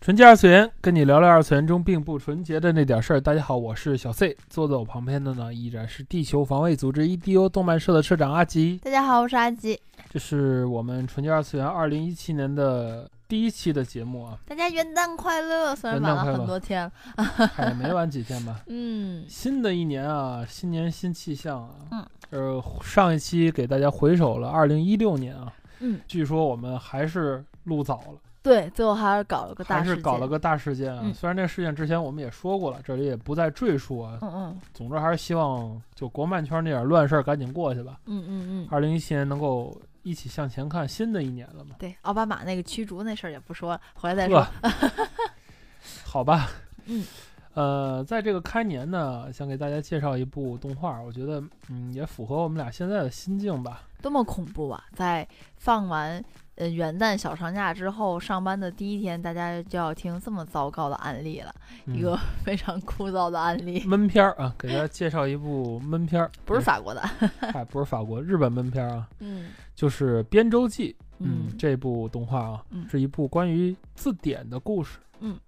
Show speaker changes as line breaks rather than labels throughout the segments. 纯洁二次元，跟你聊聊二次元中并不纯洁的那点事儿。大家好，我是小 C，坐在我旁边的呢依然是地球防卫组织 EDO 动漫社的社长阿吉。
大家好，我是阿吉。
这是我们纯洁二次元二零一七年的第一期的节目 啊，
大家元旦快乐！虽然晚了很多天了，
还没完几天吧。
嗯，
新的一年啊，新年新气象啊。
嗯。
呃，上一期给大家回首了二零一六年啊。
嗯。
据说我们还是录早了。
对，最后还是搞了个大
还
事
是
件
搞了个大事件啊！
嗯
虽然这事件之前我们也说过了，这里也不再赘述啊。
嗯嗯
总之还是希望就国漫圈那点乱事儿赶紧过去吧。
嗯嗯嗯，
二零一七年能够一起向前看，新的一年了嘛，
对，奥巴马那个驱逐那事儿也不说了，回来再说。
好吧。
嗯。
呃，在这个开年呢，想给大家介绍一部动画，我觉得嗯也符合我们俩现在的心境吧。
多么恐怖啊！在放完呃元旦小长假之后，上班的第一天，大家就要听这么糟糕的案例了，
嗯
一个非常枯燥的案 例，
闷片儿啊，给大家介绍一部闷片儿，
不是法国的。
哎，哎不是法国，日本闷片儿啊，
嗯
就是《编舟记》。嗯，
嗯
这部动画啊，
嗯
是一部关于字典的故事。
嗯，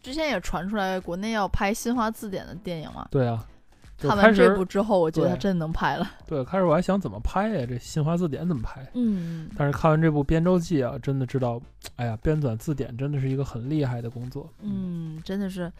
之前也传出来国内要拍新华字典的电影嘛。
对啊，就
看
开
完这
始
部之后，我觉得
对
他真能拍了。
对开始我还想怎么拍呀、这新华字典怎么拍？
嗯，
但是看完这部《编舟记》啊，真的知道，哎呀，编纂字典真的是一个很厉害的工作。，
嗯，真的是，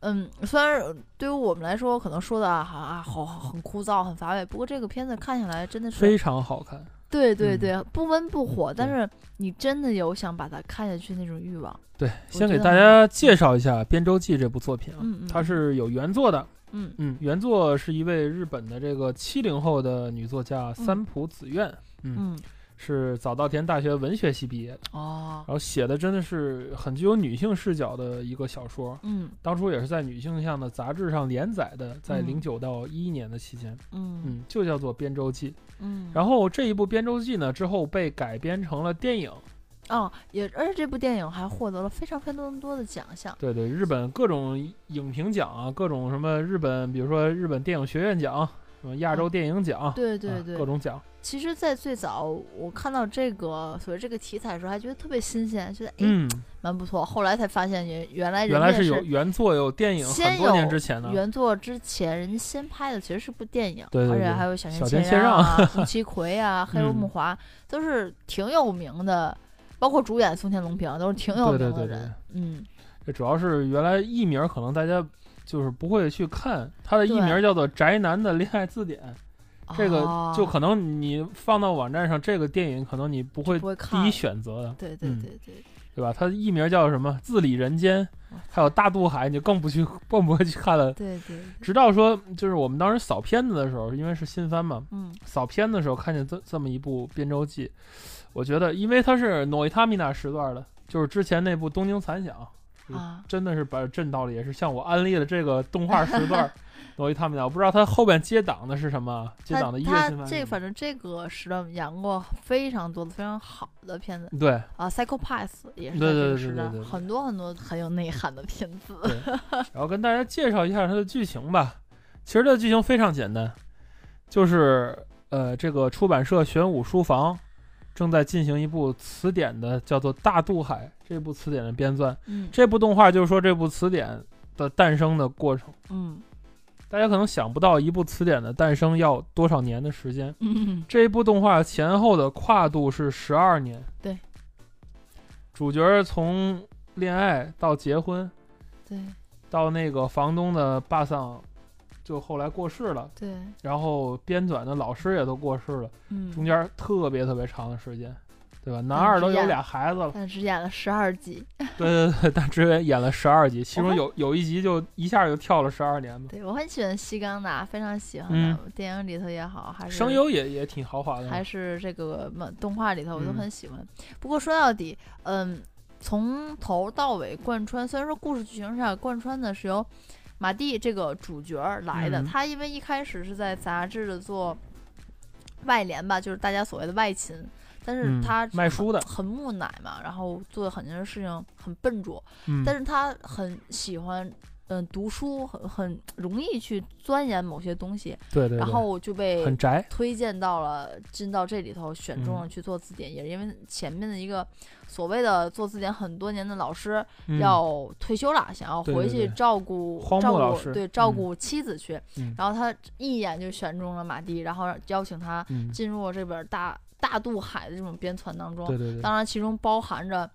嗯，虽然对于我们来说可能说的啊，好啊，好好很枯燥、很乏味，不过这个片子看下来真的
非
是，
常好看。
对对
嗯
对，不温不火，但
对
是你真的有想把它看下去那种欲望。
对，
我
先
觉
给
得
大
很
家介绍一下《编舟记》这部作品啊，
嗯嗯
它是有原作的，
嗯
嗯，原作是一位日本的这个七零后的女作家三浦紫苑，
嗯，
是早稻田大学文学系毕业的，
哦
然，后写的真的是很具有女性视角的一个小说。
嗯
当初也是在女性向的杂志上连载的，在
嗯
零九到一一年的期间，
嗯
嗯，就叫做《编舟记》。
嗯，
然后这一部《编舟记》呢，之后被改编成了电影。
哦，也而且这部电影还获得了非常非常多的奖项。
对对，日本各种影评奖啊，各种什么日本，比如说日本电影学院奖，什么亚洲电影奖，
对对
啊
对，
各种奖。
其实，在最早我看到这个所谓这个题材的时候，还觉得特别新鲜，觉得哎、
嗯，
蛮不错。后来才发现原原来人
原来
家
是有原作有电影，
先
很多年
有
之前啊呢。
原作之前，人家先拍的其实是部电影，
对对
而
对
且还有小
小
田
田切
让 啊、宫崎葵啊、黑油
嗯
木华，都是挺有名的，包括主演松田龙平都是挺有名
对对
的
对对
人。嗯，
这主要是原来艺名可能大家就是不会去看，它的艺
对
名叫做《宅男的恋爱字典》。这个
哦
就可能你放到网站上，这个电影可能你不会
不会看
第一选择的，
对对
嗯
对对，
对吧？它的艺名叫什么？字里人间
哇，
还有大渡海，你就更不去，更不会去看了。
对对，对
直到说，就是我们当时扫片子的时候，因为是新番嘛，
嗯
扫片的时候看见这这么一部《编舟记》，我觉得，因为它是诺伊塔米娜时段的，就是之前那部《东京残响》，嗯
啊，
真的是把我震到了，也是向我安利了这个动画时 段。诺伊塔米娜，我不知道它后边接档的是什么，接
他
档的一
他
月新番是什
这个
么
反正这个时段演过非常多的非常好的片子
对。
啊，《Psycho Pass》也是在
对
这
对
个
对
时
对
段
对，对
很多很多很有内涵的片子。
然后跟大家介绍一下它的剧情吧。其实它的剧情非常简单，就是呃，这个出版社玄武书房正在进行一部词典的叫做《大渡海》这部词典的编纂。
嗯
这部动画就是说这部词典的诞生的过程。
嗯
大家可能想不到，一部词典的诞生要多少年的时间。
嗯，
这一部动画前后的跨度是十二年。
对，
主角从恋爱到结婚，
对
到那个房东的爸丧，就后来过世了，
对，
然后编纂的老师也都过世了，
嗯，
中间特别特别长的时间，对吧？男
嗯
二
是
都
这
有
样
俩孩子了，
但只演了十二集。
对对对，但只演演了十二集，其
我
中
还
有有一集就一下就跳了十二年嘛。
对我很喜欢西冈的，啊非常喜欢
嗯
他，电影里头也好，还是
声优也也挺豪华的嘛，
嗯还是这个漫动画里头，我都
嗯
很喜欢。不过说到底，嗯。从头到尾贯穿，虽然说故事剧情上贯穿的是由马蒂这个主角儿来的，
嗯
他因为一开始是在杂志的做外联吧，就是大家所谓的外勤，但是
嗯
他
卖书的，
很木乃嘛，然后做很多事情很笨拙，
嗯，
但是他很喜欢。嗯，读书很很容易去钻研某些东西，
对对对，
然后就被
很宅，
推荐到了进到这里头，选中了
嗯
去做字典，也是因为前面的一个所谓的做字典很多年的老师
嗯
要退休了，想要
对
回
对
去
对
照顾
荒
照
木
顾
老师
对照
嗯
顾妻子去，
嗯
然后他一眼就选中了马蒂，然后邀请他
嗯，
进入了这本大大渡海的这种编纂当中，
对对对，
当然其中包含着，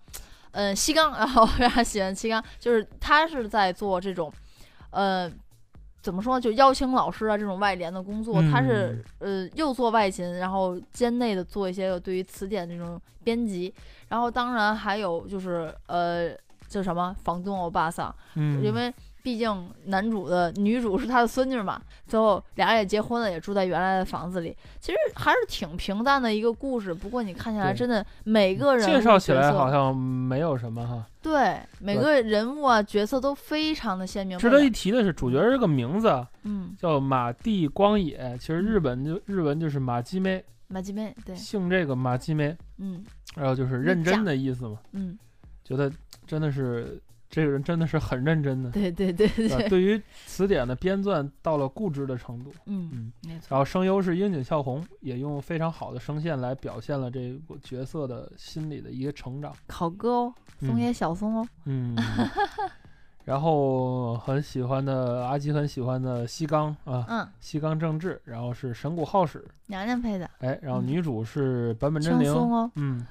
嗯，西冈， 然后非常喜欢西冈，就是他是在做这种，呃，怎么说呢，就邀请老师啊这种外联的工作，
嗯
他是呃又做外勤，然后兼内的做一些对于词典这种编辑，然后当然还有就是呃叫什么房东欧巴桑，
嗯，
因为。毕竟男主的女主是他的孙女嘛，最后俩人也结婚了，也住在原来的房子里。其实还是挺平淡的一个故事，不过你看下来，
对
真的每个人物
介绍起
角
来
色
好像没有什么哈。
对每个人物啊角色都非常的鲜明。
值得一提的是，主角这个名字啊
嗯，
叫马蒂光野，其实日本就日文就是马基梅，
马吉妹嗯对，
姓这个马基梅，
嗯
然后就是认真的意思嘛，
嗯，
觉得真的是这个人真的是很认真的。
对对对
对吧
对，
对于词典的编撰到了固执的程度，
嗯
嗯，
没
然
错，
后声优是樱井孝宏，也用非常好的声线来表现了这个角色的心理的一个成长。
考哥哦，松野小松哦，
嗯，然后很喜欢的阿吉很喜欢的西冈啊，
嗯，
西冈正治，然后是神谷浩史，
娘娘配的，
哎，然后
嗯
女主是坂本真
轻
绫，
松哦
嗯，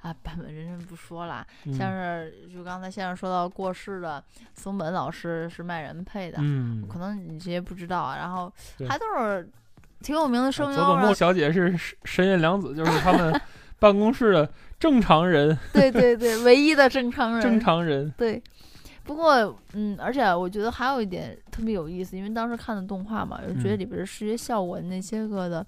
啊，版本认真不说了，
嗯
像是就刚才先生说到过世的松本老师是麦人配的，
嗯，
可能你这些不知道啊，然后
对
还都是挺有名的声优
佐佐木
啊，
小姐是神神原凉子，就是他们 办公室的正常人，
对对 对，唯一的正常人，
正常人，
对，不过嗯，而且我觉得还有一点特别有意思，因为当时看的动画嘛，就觉得
嗯
里边的视觉效果那些个的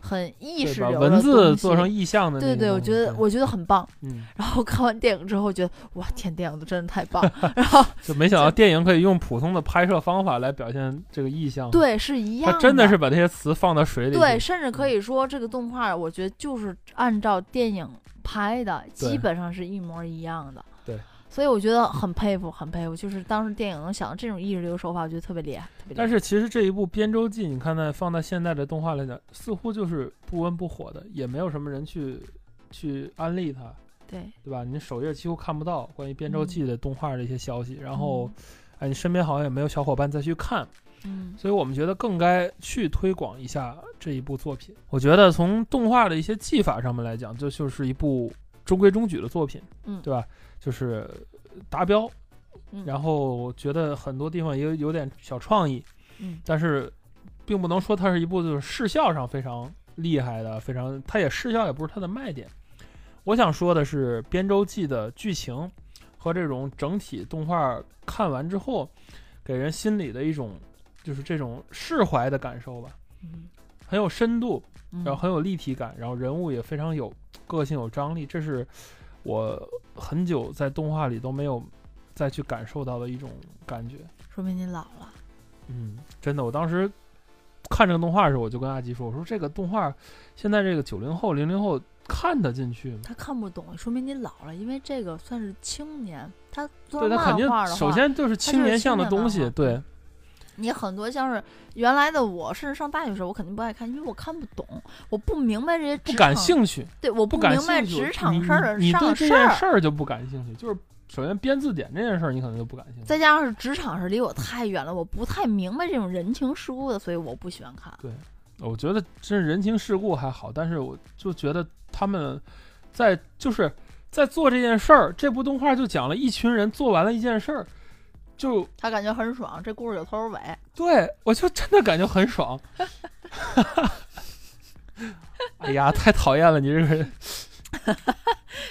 很意
对
识
把
流的
文字
东
做成
西
意象的那
对
种，
对，我觉得我觉得很棒。
嗯，
然后看完电影之后，觉得哇天，电影都真的太棒。然 后
就没想到电影可以用普通的拍摄方法来表现这个意象，，
对是一样
他
的，
真的是把这嗯些词放到水里去，
对，甚至可以说这个动画，我觉得就是按照电影拍的，基
对
本上是一模一样的。
对，
所以我觉得很佩服，很佩服，就是当时电影能想到这种意识流手法，我觉得特别厉害，特别厉害。
但是其实这一部《编舟记》，你看在放在现在的动画来讲，似乎就是不温不火的，也没有什么人去去安利它，
对，
对吧？你首页几乎看不到关于《编舟
嗯
记》的动画的一些消息，然后，哎，你身边好像也没有小伙伴再去看，
嗯，
所以我们觉得更该去推广一下这一部作品。我觉得从动画的一些技法上面来讲，这就是一部中规中矩的作品，
嗯
对吧？就是达标，
嗯
然后我觉得很多地方也有有点小创意，
嗯
但是并不能说它是一部就是视效上非常厉害的，非常它也视效也不是它的卖点。我想说的是，《编舟记》的剧情和这种整体动画看完之后，给人心里的一种就是这种释怀的感受吧，
嗯，
很有深度，
嗯
然后很有立体感，然后人物也非常有个性、有张力，这是我很久在动画里都没有再去感受到的一种感觉。
说明你老了。
嗯，真的，我当时看这个动画的时候，我就跟阿吉说：“我说这个动画现在这个九零后、零零后看得进去吗？
他看不懂，说明你老了，因为这个算是青年。他做
对
成
他肯
漫
定
画的话，
首先就是青年向的东
它就
西，
是青年
对
漫你很多像是原来的我，甚至上大学时候，我肯定不爱看，因为我看不懂，我不明白这些
不
职
感
场，
兴趣，
对，我
不感
明白
兴趣。
职场
你
事儿
你你
的上
对这
事
件
儿，
事儿就不感兴趣，就是首先编字典这件事儿，你可能就不感兴趣。
再加上是职场是离我太远了，我不太明白这种人情世故的，所以我不喜欢看。
我觉得真人情世故还好，但是我就觉得他们在就是在做这件事儿。这部动画就讲了一群人做完了一件事儿，就
他感觉很爽，这故事有头有尾。
对我就真的感觉很爽。 哎呀，太讨厌了，你这个人。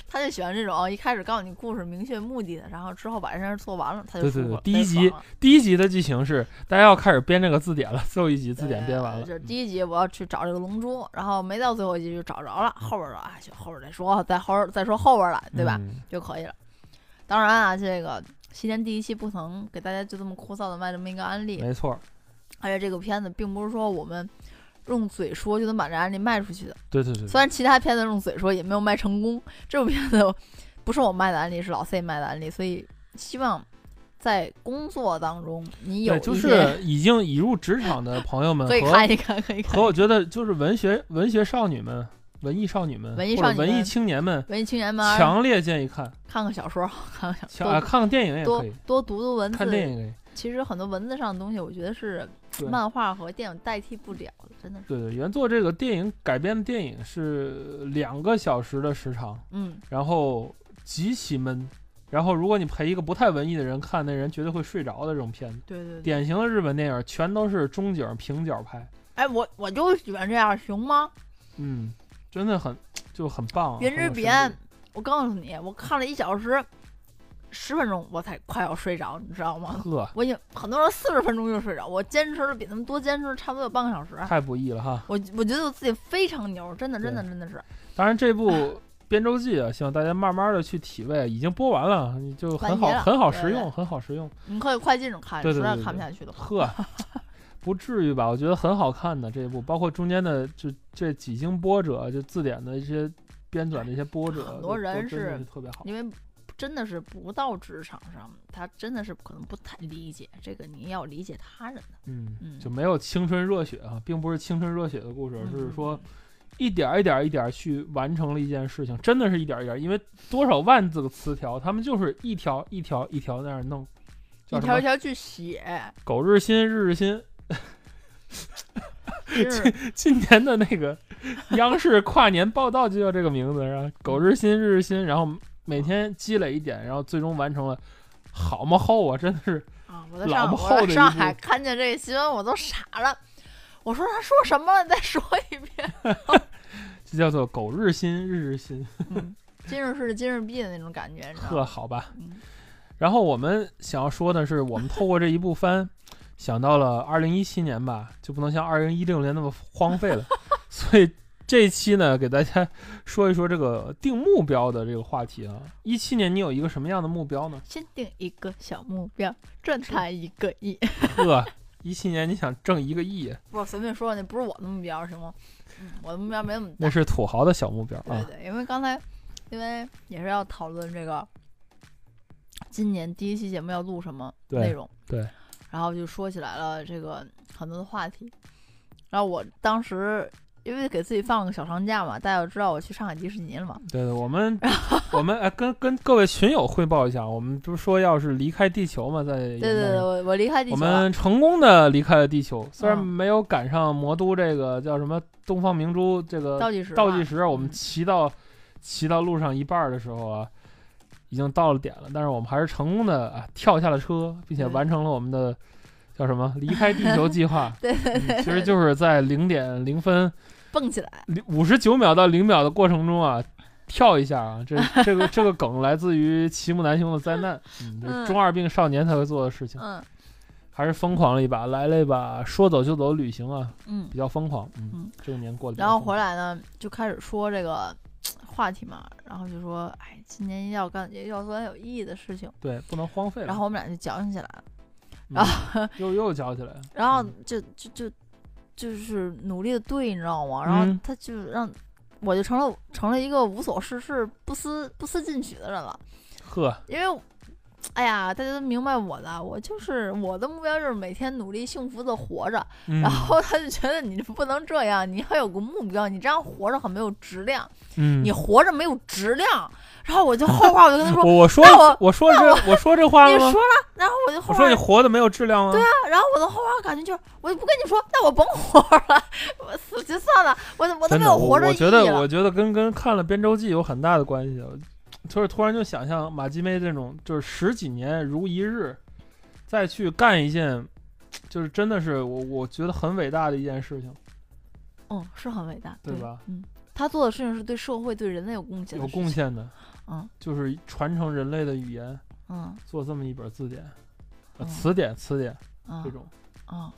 他就喜欢这种一开始告诉你故事、明确目的的，然后之后把这件事做完了，他就
对
舒
对
服
对
了
第一
太爽
集
了
第一集的剧情是大家要开始编这个字典了，最后一集字典编完
呃
了嗯
就。是第一集我要去找这个龙珠，然后没到哎最后一集就找着了，后边儿说啊，行后边儿再说，再后边儿再说后边儿了，对吧？
嗯
就可以了。当然啊，这个西天第一期不能给大家就这么枯燥的卖这么一个案例，
没错儿，
而且这个片子并不是说我们用嘴说就能把这案例卖出去的。
对对对，
虽然其他片子用嘴说也没有卖成功，这部片子不是我卖的案例，是老 C 卖的案例，所以希望在工作当中你
对，
有一
就
些
是已经已入职场的朋友们
可以
和
看一看，可以看
和我觉得就是文学文学少女们、文艺少女们、
文艺
或者
少女
文艺
们
青年们，
文艺青年们儿
强烈建议看，
看看小说，看看小
强啊，
说，
看看电影也
多
可以
多，多读读文
看电
字。
影也可以。
其实很多文字上的东西，我觉得是
对
漫画和电影代替不了的，真的是。
对对，原作这个电影改编的电影是两个小时的时长，
嗯，
然后极其闷，然后如果你陪一个不太文艺的人看，那人绝对会睡着的这种片子。
对对对。
典型的日本电影全都是中景平角拍，
哎，我我就喜欢这样，行吗？
嗯，真的很就很棒、啊。
云
很
之
有
彼
深
岸
度，
我告诉你，我看了一小时，十分钟我才快要睡着，你知道吗？
呵，
我已经很多人四十分钟就睡着，我坚持了比他们多坚持了差不多有半个小时。
太不易了哈。
我我觉得我自己非常牛，真的真的真的是
当然，这部 《编舟记》啊，希望大家慢慢的去体味，已经播完了，你就很好
完结，了
很好
对
实用，
对
很好实 用。
你可以快进着看，
对对
实在
对对
看不下去的话，
呵，不至于吧？我觉得很好看的这一部，包括中间的这这几经波折，就字典的一些编纂的一些波折，
很多
都
人
都真的
是
特别好。
因为真的是不到职场上，他真的是可能不太理解这个，你要理解他人的，
嗯，
嗯
就没有青春热血啊，并不是青春热血的故事，而是
嗯
说一点儿一点儿一点儿去完成了一件事情，真的是一点儿一点儿，因为多少万字的词条，他们就是一条一条一条那样弄，
一
叫什
条
么
一？条 去写，
狗日新，日日新，
真是
今年的那 个央视跨年报道就叫这个名字，然后狗日新，日日新，然后每天积累一点，然后最终完成了，好么厚啊，真的是
啊！我在
老
上
么厚
我
的
在
一
上
部
海看见这个新闻，我都傻了。我说他说什么了？你再说一遍。
这叫做狗日新，日日新，
嗯今日事今日毕的那种感觉，你知道
呵，
吗？
好吧
嗯。
然后我们想要说的是，我们透过这一部 番，想到了二零一七年吧，就不能像二零一六年那么荒废了， 所以。这一期呢，给大家说一说这个定目标的这个话题啊。一七年你有一个什么样的目标 呢？
先定一个小目标，赚他一个亿。
呵，一七年你想挣一个亿，
不是随便说，那不是我的目标，行吗？嗯，我的目标没那么大
那。是土豪的小目标
对
啊。
对，因为刚才因为也是要讨论这个今年第一期节目要录什么
对
内容，
对
然后就说起来了这个很多的话题。然后我当时因为给自己放了个小长假嘛，大家也知道我去上海迪士尼了嘛，
对对，我们 我们哎，跟跟各位群友汇报一下，我们不是说要是离开地球嘛，在
对对对，我我离开地
我
球了，
们成功的离开了地球，虽然
嗯
没有赶上魔都这个叫什么东方明珠这个
倒计时
倒
嘛
计时，我们
嗯
骑到骑到路上一半儿的时候啊，已经到了点了，但是我们还是成功的啊跳下了车，并且
对
完成了我们的叫什么离开地球计划。
对对
嗯其实就是在零点零分
蹦起来，
五十九秒到零秒的过程中啊，跳一下啊，这这个这个梗来自于齐木楠雄的灾难，嗯，这是
嗯
中二病少年才会做的事情，
嗯
还是疯狂了一把，来了一把说走就走旅行啊，
嗯，
比较疯狂，嗯
嗯，
这个年过得比较
然
疯
后
狂，
回来呢就开始说这个话题嘛，然后就说哎，今年要干要做点有意义的事情，
对，不能荒废了，
然后我们俩就矫情起来了。
嗯
然
又又搅起来了，
然后
嗯
就就就就是努力的对，你知道吗？然后
嗯
他就让我就成了成了一个无所事事、不思不思进取的人了，
呵，
因为。哎呀，大家都明白我的，我就是我的目标就是每天努力幸福的活着。
嗯
然后他就觉得你不能这样，你要有个目标，你这样活着很没有质量，
嗯
你活着没有质量。然后我就后话，我就跟他说，
我我说
那我
我说这我说这话
你
了
说
吗？
了，然后我就后
我说
话
你活的没有质量吗？对啊，
然后我的后话感觉就是，我就不跟你说，那我甭活了，我死就算了，我我都
真
没
的，
有
我
活着
我
意义
觉得，
了。
我觉得跟跟看了《编舟记》有很大的关系。我就是突然就想象马季妹这种，就是十几年如一日，再去干一件，就是真的是我我觉得很伟大的一件事情，
嗯，是很伟大，
对
对
吧？
嗯，他做的事情是对社会、对人类有贡献，
有贡。献的，
嗯，
就是传承人类的语言，
嗯
做这么一本字典，呃
嗯
词典词典
嗯
这种，
嗯，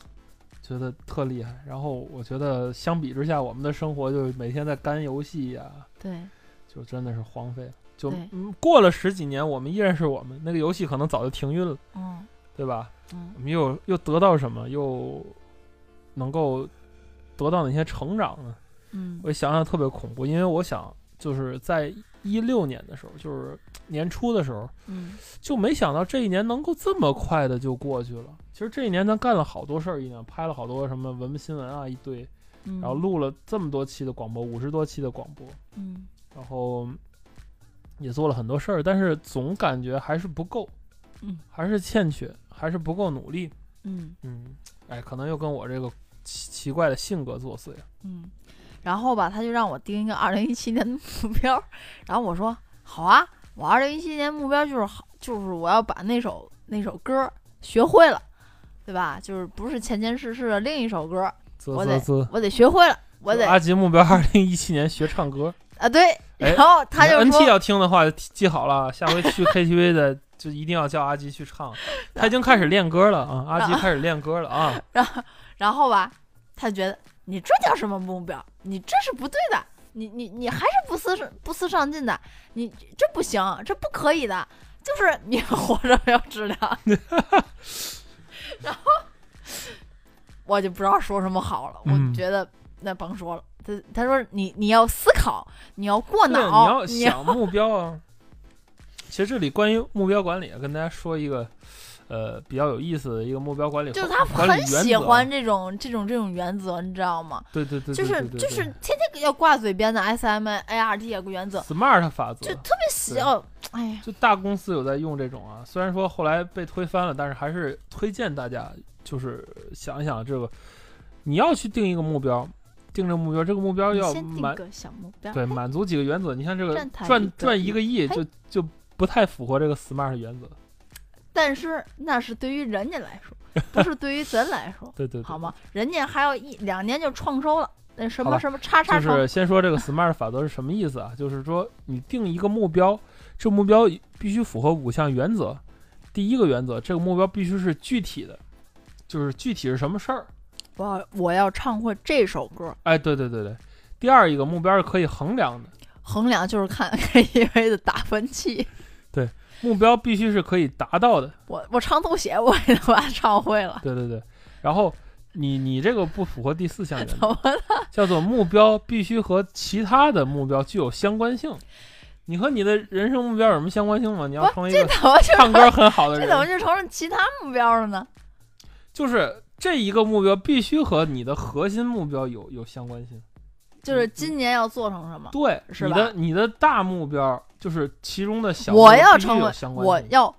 觉得特厉害。然后我觉得相比之下，我们的生活就是每天在干游戏呀、
对，
就真的是荒废了。就
对
嗯过了十几年，我们依然是我们，那个游戏可能早就停运了，
嗯
对吧？
嗯
我们又又得到什么？又能够得到哪些成长呢？
嗯
我想想特别恐怖，因为我想就是在一六年的时候，就是年初的时候，
嗯
就没想到这一年能够这么快的就过去了。其实这一年咱干了好多事儿，一年拍了好多什么文文新闻啊一堆，
嗯，
然后录了这么多期的广播，五十多期的广播，
嗯
然后也做了很多事儿，但是总感觉还是不够，
嗯，
还是欠缺，还是不够努力，
嗯
嗯，哎，可能又跟我这个奇奇怪的性格作祟啊。
嗯，然后吧，他就让我定一个二零一七年的目标，然后我说好啊，我二零一七年目标就是好，就是我要把那首那首歌学会了，对吧？就是不是前前世世的另一首歌，
啧
我
啧
得
啧，
我得学会了，我得
阿吉目标二零一七年学唱歌，
啊对，
哎
然后他就
N T
说
要听的话记好 了，下回去 K T V 的就一定要叫阿吉去唱。他已经开始练歌了 啊，阿吉开始练歌了啊，
然后然后吧，他觉得你这叫什么目标？你这是不对的，你你你还是不思不思上进的，你这不行，这不可以的，就是你 活着要质量。然后我就不知道说什么好了，
嗯
我觉得那甭说了。他他说你你要思考，你要过
对，你
啊脑，
要
你要
想目标 啊。其实这里关于目标管理，跟大家说一个，呃，比较有意思的一个目标管理，
就是他
管理
很
原则
喜欢，这种这种这种原则，你知道吗？
对对对，对
就是
对对
就是天天要挂嘴边的 S M A R T 有个原则，
SMART 法则
就，特别喜欢，哎呀，
就大公司有在用这种啊，虽然说后来被推翻了，但是还是推荐大家就是想一想这个，你要去定一个目标，定这个目标，这个目标
你
要
先定
满
个小目 标，
对满足几个原则，你像这个
赚台一
赚
个
赚一
亿
个亿
嗯嘿
就就不太符合这个 SMART 原则，，
但是那是对于人家来说，不是对于咱来说
对对对，
好吗？人家还要一两年就创收了，那什
好
么
吧
什么叉叉
就
超，
是先说这个 SMART 法则是什么意思啊？就是说你定一个目标，这目标必须符合五项原则。第一个原则，这个目标必须是具体的，就是具体是什么事儿。
我要我要唱会这首歌，
哎，对对对对。第二一个目标是可以衡量的，
衡量就是看 KTV 的打分器，
目标必须是可以达到的。
我我唱吐血我也把它唱会 了，
对对对。然后你你这个不符合第四项原
怎
则，
么了？
叫做目标必须和其他的目标具有相关性。你和你的人生目标有什么相关性吗？你要成为一
这
个
怎么就
唱歌很好的
这
人，
怎么就成了其他目标了呢？
就是这一个目标必须和你的核心目标有有相关性。
就是
嗯
今年要做成什么？
对，
是
你
吧
的你的大目标就是其中的小目标
我要
必须
成为
有相，
我
关性。
要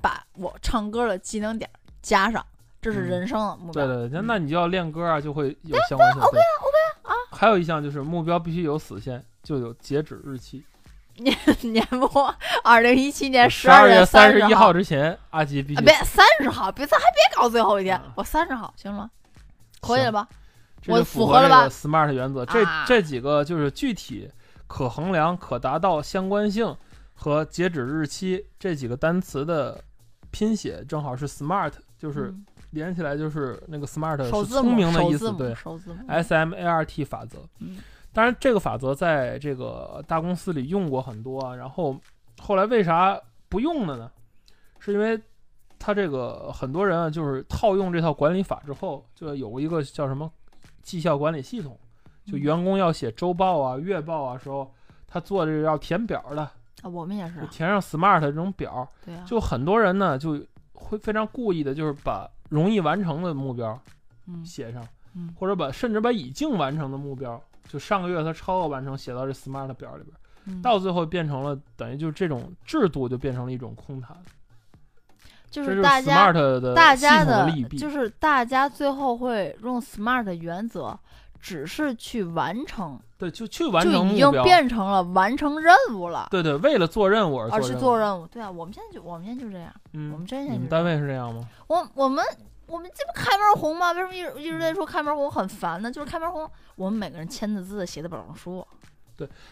把我唱歌的技能点儿加上，这是
嗯
人生的目标。
对对对，那你就要练歌啊，就会有相关性。OK OK
嗯
啊。还有一项就是目标必须有死线，就有截止日期，
年末二零一七年
十
二
月
三
十一
号
号，之前，阿吉必
啊
须
别三十号，别咱还别搞最后一天
啊，
我三十号行了，可以了吧？
这
我
就
符
符
合
合
了
这
吧
个 SMART 原则。这
啊
这几个就是具体、可衡量、可达到、相关性和截止日期这几个单词的拼写，正好是 SMART，就是
嗯
连起来就是那个 SMART
首
是
字
聪明
母，
的
首
意
字
思，
母，
对哎
首字母。
，S M A R T 法则
嗯。
当然，这个法则在这个大公司里用过很多啊，然后后来为啥不用了呢？是因为他这个很多人啊，就是套用这套管理法之后，就有一个叫什么绩效管理系统，
嗯
就员工要写周报啊、月报啊时候，他做这个要填表的，
啊，我们也是
就
啊，
填上 SMART 这种表，
对啊，
就很多人呢就会非常故意的，就是把容易完成的目标
嗯
写上，
嗯
或者把甚至把已经完成的目标，就上个月他超额完成写到这 SMART 表里边。
嗯，
到最后变成了等于就是这种制度就变成了一种空谈，这就
就
是是
大家
smart 的
大
系
家
统的
的
利弊，
就是大家最后会用 SMART 的原则，只是去完成，
对，就去完
就
成
已
目
经
标，
变成了完成任务了，
对对，为了做任务而
而
做
是
任务，
做任务。对啊，我们现在就我们现在就这样，我们
嗯，
真现在
你
就
们
这
单
样
位是这样吗？
我我们我们这不开门红吗？为什么一直一直
嗯
在说开门红很烦呢？就是开门红，我们每个人签的字、写的保证书，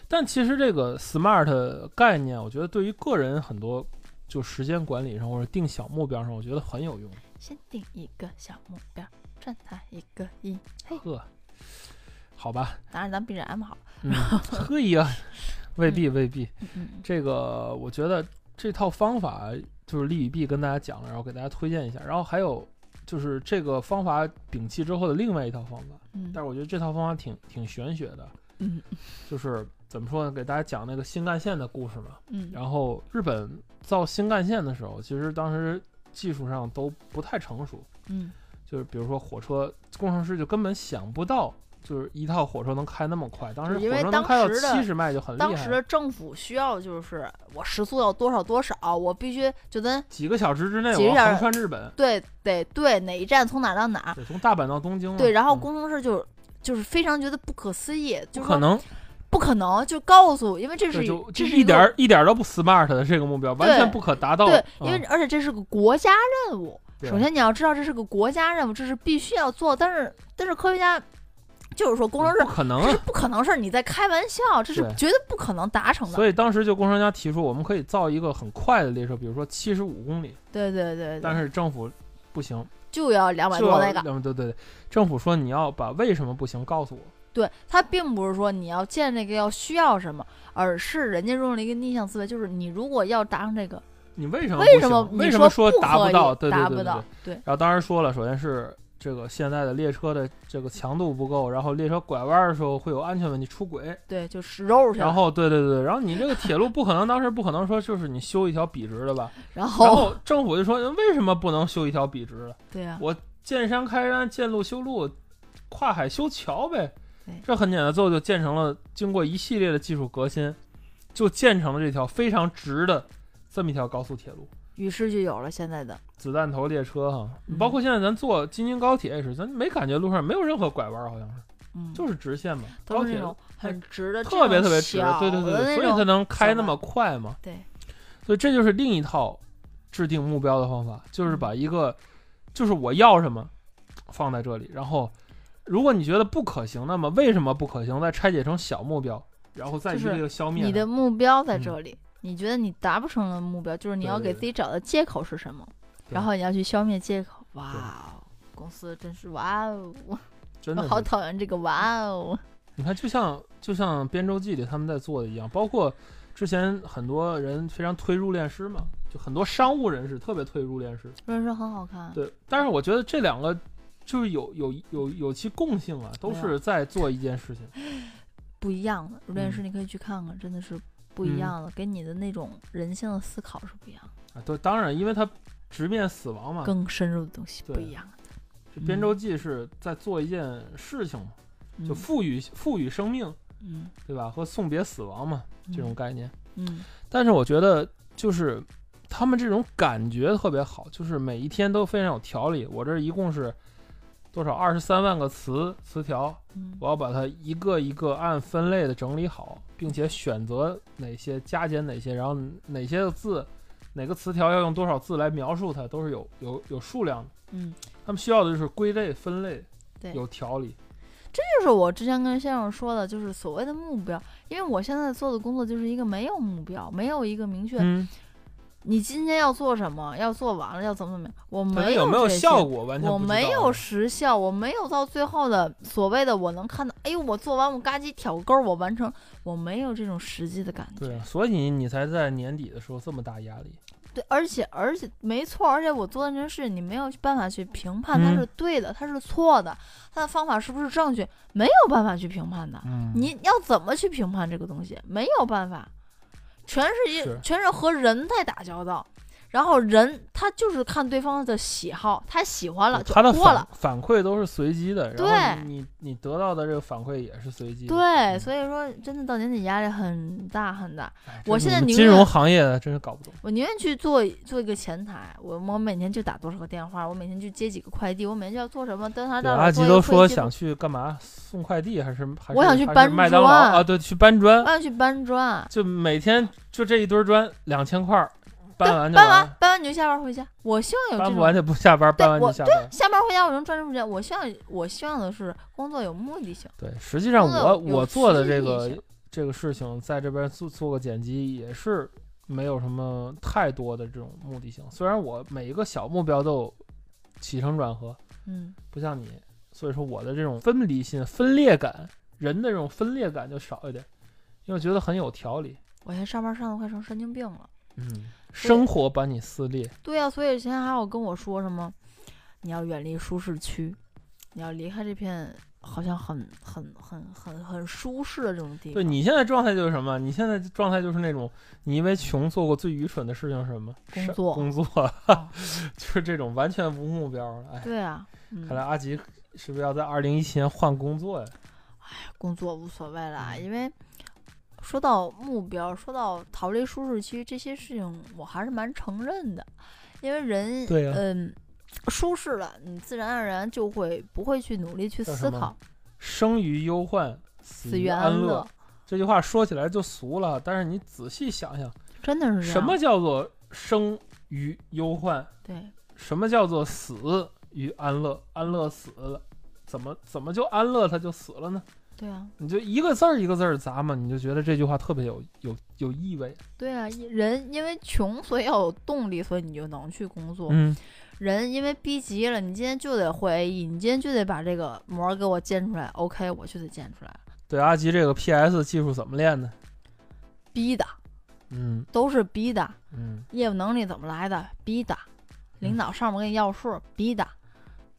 但其实这个 smart 概念，我觉得对于个人很多就时间管理上或者定小目标上，我觉得很有用。
哎先定一个小目标，赚他一个亿。嘿，
呵，好吧，
当然咱 BGM 好，
嗯， 嘿呀，未必未必，
嗯
这个我觉得这套方法就是利与弊跟大家讲了，然后给大家推荐一下，然后还有就是这个方法摒弃之后的另外一套方法，
嗯
但是我觉得这套方法挺挺玄学的，
嗯
就是怎么说呢，给大家讲那个新干线的故事嘛，
嗯，
然后日本造新干线的时候，其实当时技术上都不太成熟，
嗯
就是比如说火车工程师就根本想不到，就是一套火车能开那么快。当时
因
火
为
车能
当
开到
时的
七十迈就很厉害，啊
当时政府需要就是我时速要多少多少，我必须就跟
几个小时之内
几
我要
个小
横
时
穿日本，
对得对哪一站从哪儿到哪儿，
对，从大阪到东京嘛。
对，然后
嗯
工程师就就是非常觉得不可思议，就
不
是
可
说
能，
不可能，就告诉我，因为这是
对，
一
就
这
就是一
个
点儿一点儿都不 smart 的这个目标，完
对
全不可达到。
对，
嗯
因为而且这是个国家任务。
对
首先你要知道这是个国家任务，这是必须要做，但是但是科学家就是说工程师
不可能
这
啊
是，不可能事儿，你在开玩笑，这是
对
绝对不可能达成的。
所以当时就工程家提出，我们可以造一个很快的列车，比如说七十五公里，
对对对
但
对，
是政府不行，
就要两百
就
多
要
那个。
两对对对，政府说你要把为什么不行告诉我，
对，它并不是说你要建这个要需要什么，而是人家用了一个逆向思维，就是你如果要达成这个，
你为什么
为
啊不
什么
行
你
为什么
说不
达
合
不
理
到？对对
达
对
不
对对
到。，对，
然后当时说了，首先是这个现在的列车的这个强度不够，然后列车拐弯的时候会有安全问题出轨，
对，就是肉去了。
然后对对对，然后你这个铁路不可能当时不可能说就是你修一条笔直的吧，
然
然
后，
后政府就说嗯为什么不能修一条笔直的？
对呀、
见山开山，见路修路，跨海修桥呗
对。
这很简单，最后就建成了。经过一系列的技术革新，就建成了这条非常直的这么一条高速铁路。
于是就有了现在的，
子弹头列车哈，
嗯
包括现在咱坐京津高铁也是，咱没感觉路上没有任何拐弯，好像是
嗯，
就是直线嘛。
都
高
是
铁
那种很直的，
特别特别直，对对对对，所以它
它
能开那么快嘛。
对，
所以这就是另一套制定目标的方法，
嗯
就是把一个就是我要什么放在这里，然后如果你觉得不可行，那么为什么不可行？再拆解成小目标，然后再一
就是
个一个消灭它。
你的目标在这里。你觉得你达不成的目标，就是
嗯
你
对
要
对
给
对
自己找的借口是什么，
对
然后你要去消灭借口。哇哦，公司真是哇哦，
真
我
的
好
是，
讨厌这个哇 哦。
你看，就像就像《编舟记》里他们在做的一样，包括之前很多人非常推入殓师嘛，就很多商务人士特别推入殓师。
润说很好看，
对，但是我觉得这两个就是有有有有其共性啊，都
没有
是在做一件事情。
不一样的入殓师，
嗯
你可以去看看，真的是不一样的，给你的那种人性的思考是不一样的，
啊，对，当然，因为他直面死亡嘛，
更嗯深入的东西
啊对
不一样。啊
这编舟记是在做一件事情嘛，就赋予赋予生命，
嗯，
对吧？和送别死亡嘛，
嗯
这种概念。
嗯
但是我觉得就是他们这种感觉特别好，就是每一天都非常有条理。我这一共是多少？二十三万个词词条，
嗯
我要把它一个一个按分类的整理好，并且选择哪些加减哪些，然后哪些字。哪个词条要用多少字来描述它，都是有有有数量的。
嗯，
他们需要的就是归类、分类，
对
有条理。
就是我之前跟先生说的，就是所谓的目标，因为我现在做的工作就是一个没有目标，没有一个明确，
嗯，
你今天要做什么，要做完了要怎么怎么样，我
可能
没
有没有
这些
效果，完全
我
不知
没
道啊
有实效，我没有到最后的所谓的我能看到，哎呦，我做完我嘎叽挑钩，我完成，我没有这种实际的感觉。
对，所以你才在年底的时候这么大压力。
对而且而且没错，而且我做的这件事，你没有办法去评判它
嗯
是对的，它是错的，它的方法是不是正确，没有办法去评判的。
嗯
你要怎么去评判这个东西？没有办法，全是一
是
全是和人在打交道，然后人他就是看对方的喜好，他喜欢了就
他的
过
反
了。
反馈都是随机的，然后
对
你你得到的这个反嗯馈也是随机的。
对，所以说真的到年底压力很大很大。
哎，
我
这
现在
你们
宁
金
愿
融行业的真是搞不懂。
我宁愿去做做一个前台，我我每天就打多少个电话，我每天去接几个快递，我每天就要做什么？端茶
对，
倒
阿
水。
吉
做一
都
个
说
会计部
想去干嘛？送快递还是还是
我想去
还是
搬
麦当劳
砖
啊？对，去搬砖
我，想去搬砖，
就每天就这一堆砖两千块儿，搬完就
搬
完
完，搬完你就下班回家。我希望有
搬
这
不
种
完就不下班，
对
搬完就
我
下班。
下班回家我能赚这么钱。我希望我希望的是工作有目的性。
对，实际上
工
我
作有
我做的
诗
这
意
个
性
这个事情，在这边做做个剪辑也是没有什么太多的这种目的性。虽然我每一个小目标都有起承转合，
嗯
不像你，所以说我的这种分离心、分裂感人的这种分裂感就少一点，因为我觉得很有条理。
我现在上班上的快成神经病了。
嗯，生活把你撕裂，
对呀、所以之前还有跟我说什么，你要远离舒适区，你要离开这片好像很很很很很舒适的这种地方。
对你现在状态就是什么？你现在状态就是那种，你因为穷做过最愚蠢的事情是什么？
工
是
作
工作，
哦
就是这种完全无目标了。哎，
对啊，
看来
嗯，
阿吉是不是要在二零一七年换工作呀？
工作无所谓啦，
嗯
因为说到目标，说到逃离舒适区这些事情，我还是蛮承认的，因为人
对啊呀
嗯舒适了，你自然而然就会不会去努力去
叫
思
什么
考，
生于忧患，死
死于
安
安乐，
这句话说起来就俗了，但是你仔细想想，
真的是这样
什么叫做生于忧患？
对。
什么叫做死于安乐？安乐死了，怎么怎么就安乐他就死了呢？
对啊，
你就一个字儿一个字儿砸嘛，你就觉得这句话特别有有有意味。
对啊，一人因为穷，所以要有动力，所以你就能去工作。
嗯，
人因为逼急了，你今天就得会意，你今天就得把这个膜儿给我建出来。OK，我就得建出来，
对，阿吉这个 PS 技术怎么练呢？
逼的
嗯
都是逼的，
嗯，
业务能力怎么来的？逼的，领导上面给你要数，逼的，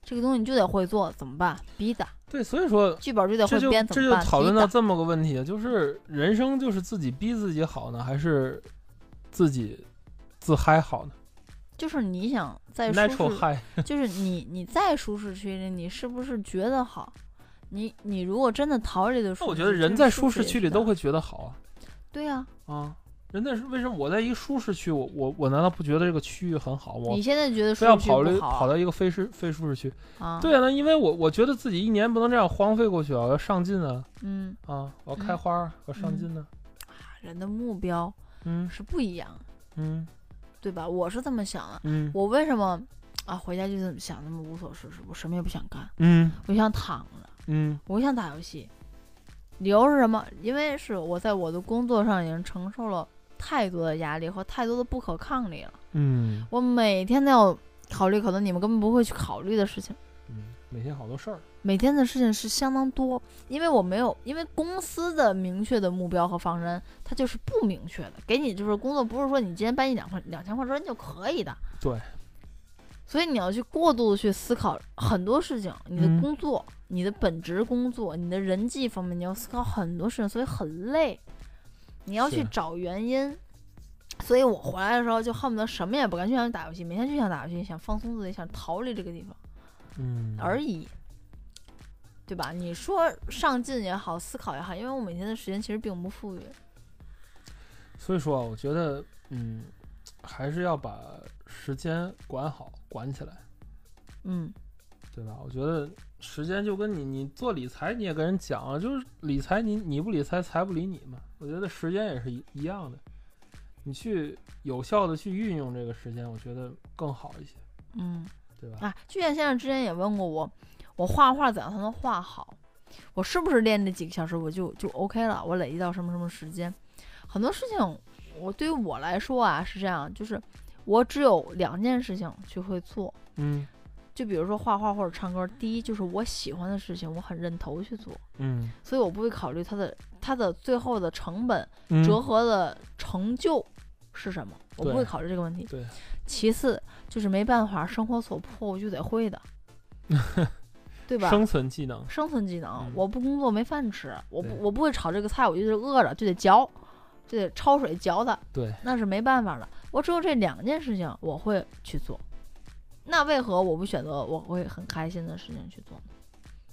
这个东西你就得会做，怎么办？逼的，
对，所以说
剧本就得
这
会
就
编，
这
怎
就
么办？
讨论
逼
到
的
这么个问题，就是人生就是自己逼自己好呢，还是自己自嗨好呢
就是你想在舒
？Natural
适
high，
就是你你在舒适区里，你是不是觉得好？你你如果真的逃离的舒适
那
区，
我觉得人
这
在
个
舒适
也
区
是
里都
的
会觉得好
对呀、
啊啊！人在为什么我在一个舒适区，我我我难道不觉得这个区域很好吗？我
你现在觉得舒
非要
适区
跑
不
虑
好
跑
啊？
到一个非适非舒适区？
啊
对啊，那因为我我觉得自己一年不能这样荒废过去啊，我要上进啊
嗯，
啊，我要开花儿，我要上进呢、
啊人的目标
嗯
是不一样，
嗯
对吧？我是这么想的。
嗯
我为什么啊？回家就这么想，那么无所事事，我什么也不想干，
嗯
我就想躺着，
嗯
我就想打游戏。理由是什么？因为是我在我的工作上已经承受了太多的压力和太多的不可抗力了。
嗯
我每天都要考虑可能你们根本不会去考虑的事情，
嗯，每天好多事儿。
每天的事情是相当多，因为我没有，因为公司的明确的目标和方针，它就是不明确的，给你就是工作不是说你今天搬一两块两千块砖就可以的，
对，
所以你要去过度的去思考很多事情，你的
嗯
工作、你的本职工作、你的人际方面，你要思考很多事情，所以很累，你要去
是
找原因。所以我回来的时候就恨不得什么也不干，就想打游戏，每天就想打游戏，想放松自己，想逃离这个地方。
嗯，
而已，对吧？你说上进也好，思考也好，因为我每天的时间其实并不富裕。
所以说啊，我觉得嗯，还是要把时间管好，管起来，
嗯，
对吧？我觉得时间就跟你你做理财，你也跟人讲啊，就是理财你你不理财，财不理你嘛。我觉得时间也是一一样的，你去有效的去运用这个时间，我觉得更好一些，
嗯
对吧？
啊，剧院先生之前也问过我，我画画怎样才能画好？我是不是练这几个小时我就就 OK 了？我累积到什么什么时间？很多事情，我对于我来说啊是这样，就是我只有两件事情去会做，
嗯
就比如说画画或者唱歌。第一就是我喜欢的事情，我很认头去做，
嗯，
所以我不会考虑它的它的最后的成本
嗯
折合的成就是什么，我不
对
会考虑这个问题。
对，
其次就是没办法，生活所迫，我就得 会的，对吧？
生存技能，
生存技能
嗯，
我不工作没饭吃，我不
对
我不会炒这个菜，我就得饿着，就得嚼，就得焯水嚼它，
对，
那是没办法的。我只有这两件事情我会去做，那为何我不选择我会很开心的事情去做呢？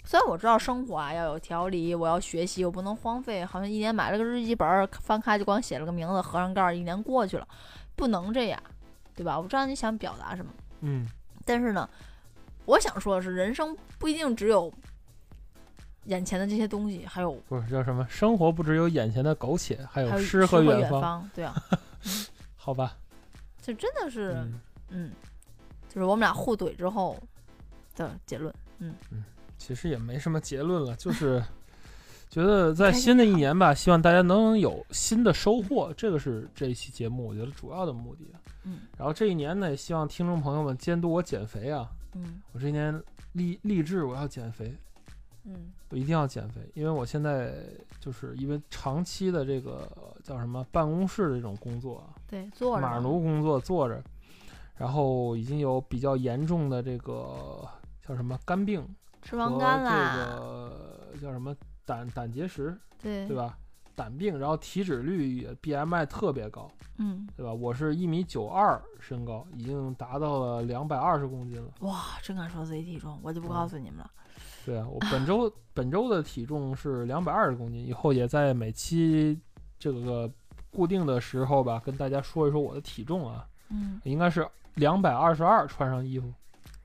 虽然我知道生活啊要有条理，我要学习，我不能荒废。好像一年买了个日记本儿，翻开就光写了个名字，合上盖儿，一年过去了，不能这样，对吧？我知道你想表达什么。
嗯
但是呢，我想说的是，人生不一定只有眼前的这些东西，还有
不是叫什么？生活不只有眼前的苟且，还
还
有
有
诗
和
远
远。对啊，
好吧，
这真的是，嗯
嗯，
就是我们俩互怼之后的结论。
其实也没什么结论了，就是 觉得在新的一年吧，希望大家能有新的收获，这个是这一期节目我觉得主要的目的。
嗯
然后这一年呢，也希望听众朋友们监督我减肥啊，
嗯
我这一年立立志我要减肥，
嗯
我一定要减肥，因为我现在就是因为长期的这个叫什么办公室的这种工作啊，
对，坐着
马
嘛
奴工作坐着，然后已经有比较严重的这个叫什么肝病
吃
和
完
这
干啦，哎
个叫什么胆胆结石，
对
对吧？胆病，然后体脂率也 BMI 特别高，
嗯，
对吧？我是一米九二身高，已经达到了两百二十公斤了。
哇，真敢说自己体重，我就不告诉你们了。
对啊，我本 周本周的体重是两百二十公斤，以后也在每期这个固定的时候吧，跟大家说一说我的体重啊，
嗯，
应该是两百二十二，穿上衣服，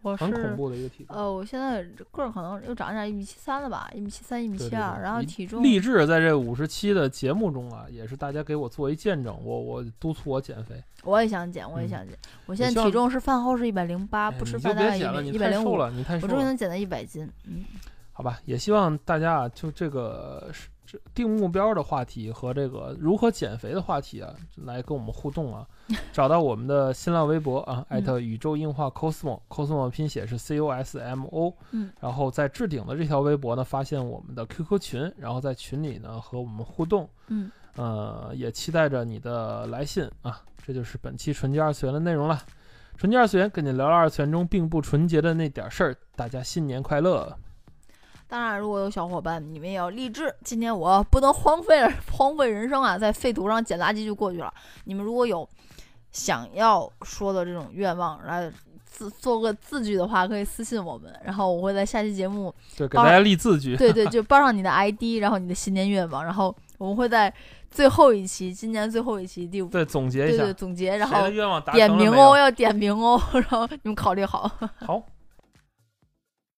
我
很恐
是
怖的一个体重。
呃，我现在这个儿可能又长点，一米七三了吧，一米七三，一米
对
七
对
二，
对
然后
一
体重
励志在这五十期的节目中啊，也是大家给我做一见证，我我督促我减肥。
我也想减，我也
嗯
想减。我现
希
在
望
体重是饭后是一百零八，
哎
啊不吃
你就
饭大
别
概
减了，你
一百
太
零
瘦
五，
了，你太
我
瘦
终于
了。
能减到一百斤。嗯，
好吧，也希望大家啊，就这个是这定目标的话题和这个如何减肥的话题啊，来跟我们互动 啊，找到我们的新浪微博啊，艾
嗯
特宇宙硬化 cosmo，cosmo 拼写是 c o s m o，
嗯，
然后在置顶的这条微博呢，发现我们的 QQ 群，然后在群里呢和我们互动，
嗯，
呃，也期待着你的来信啊，这就是本期纯洁二次元的内容了。纯洁二次元跟你聊聊二次元中并不纯洁的那点事儿，大家新年快乐！
当然，如果有小伙伴你们也要励志，今年我不能荒废了荒废人生啊，在废土上捡垃圾就过去了。你们如果有想要说的这种愿望，来自做个字据的话，可以私信我们，然后我会在下期节目
对，给
当
大家
然
立字据。
哦对对，就报上你的 ID，然后你的新年愿望，然后我们会在最后一期，今年最后一期第五，
再总结
对
一下，
对，总结，然
谁
后
的愿望达
点
成了
名
没
哦，
有？
要点名哦，然后你们考虑好。
好，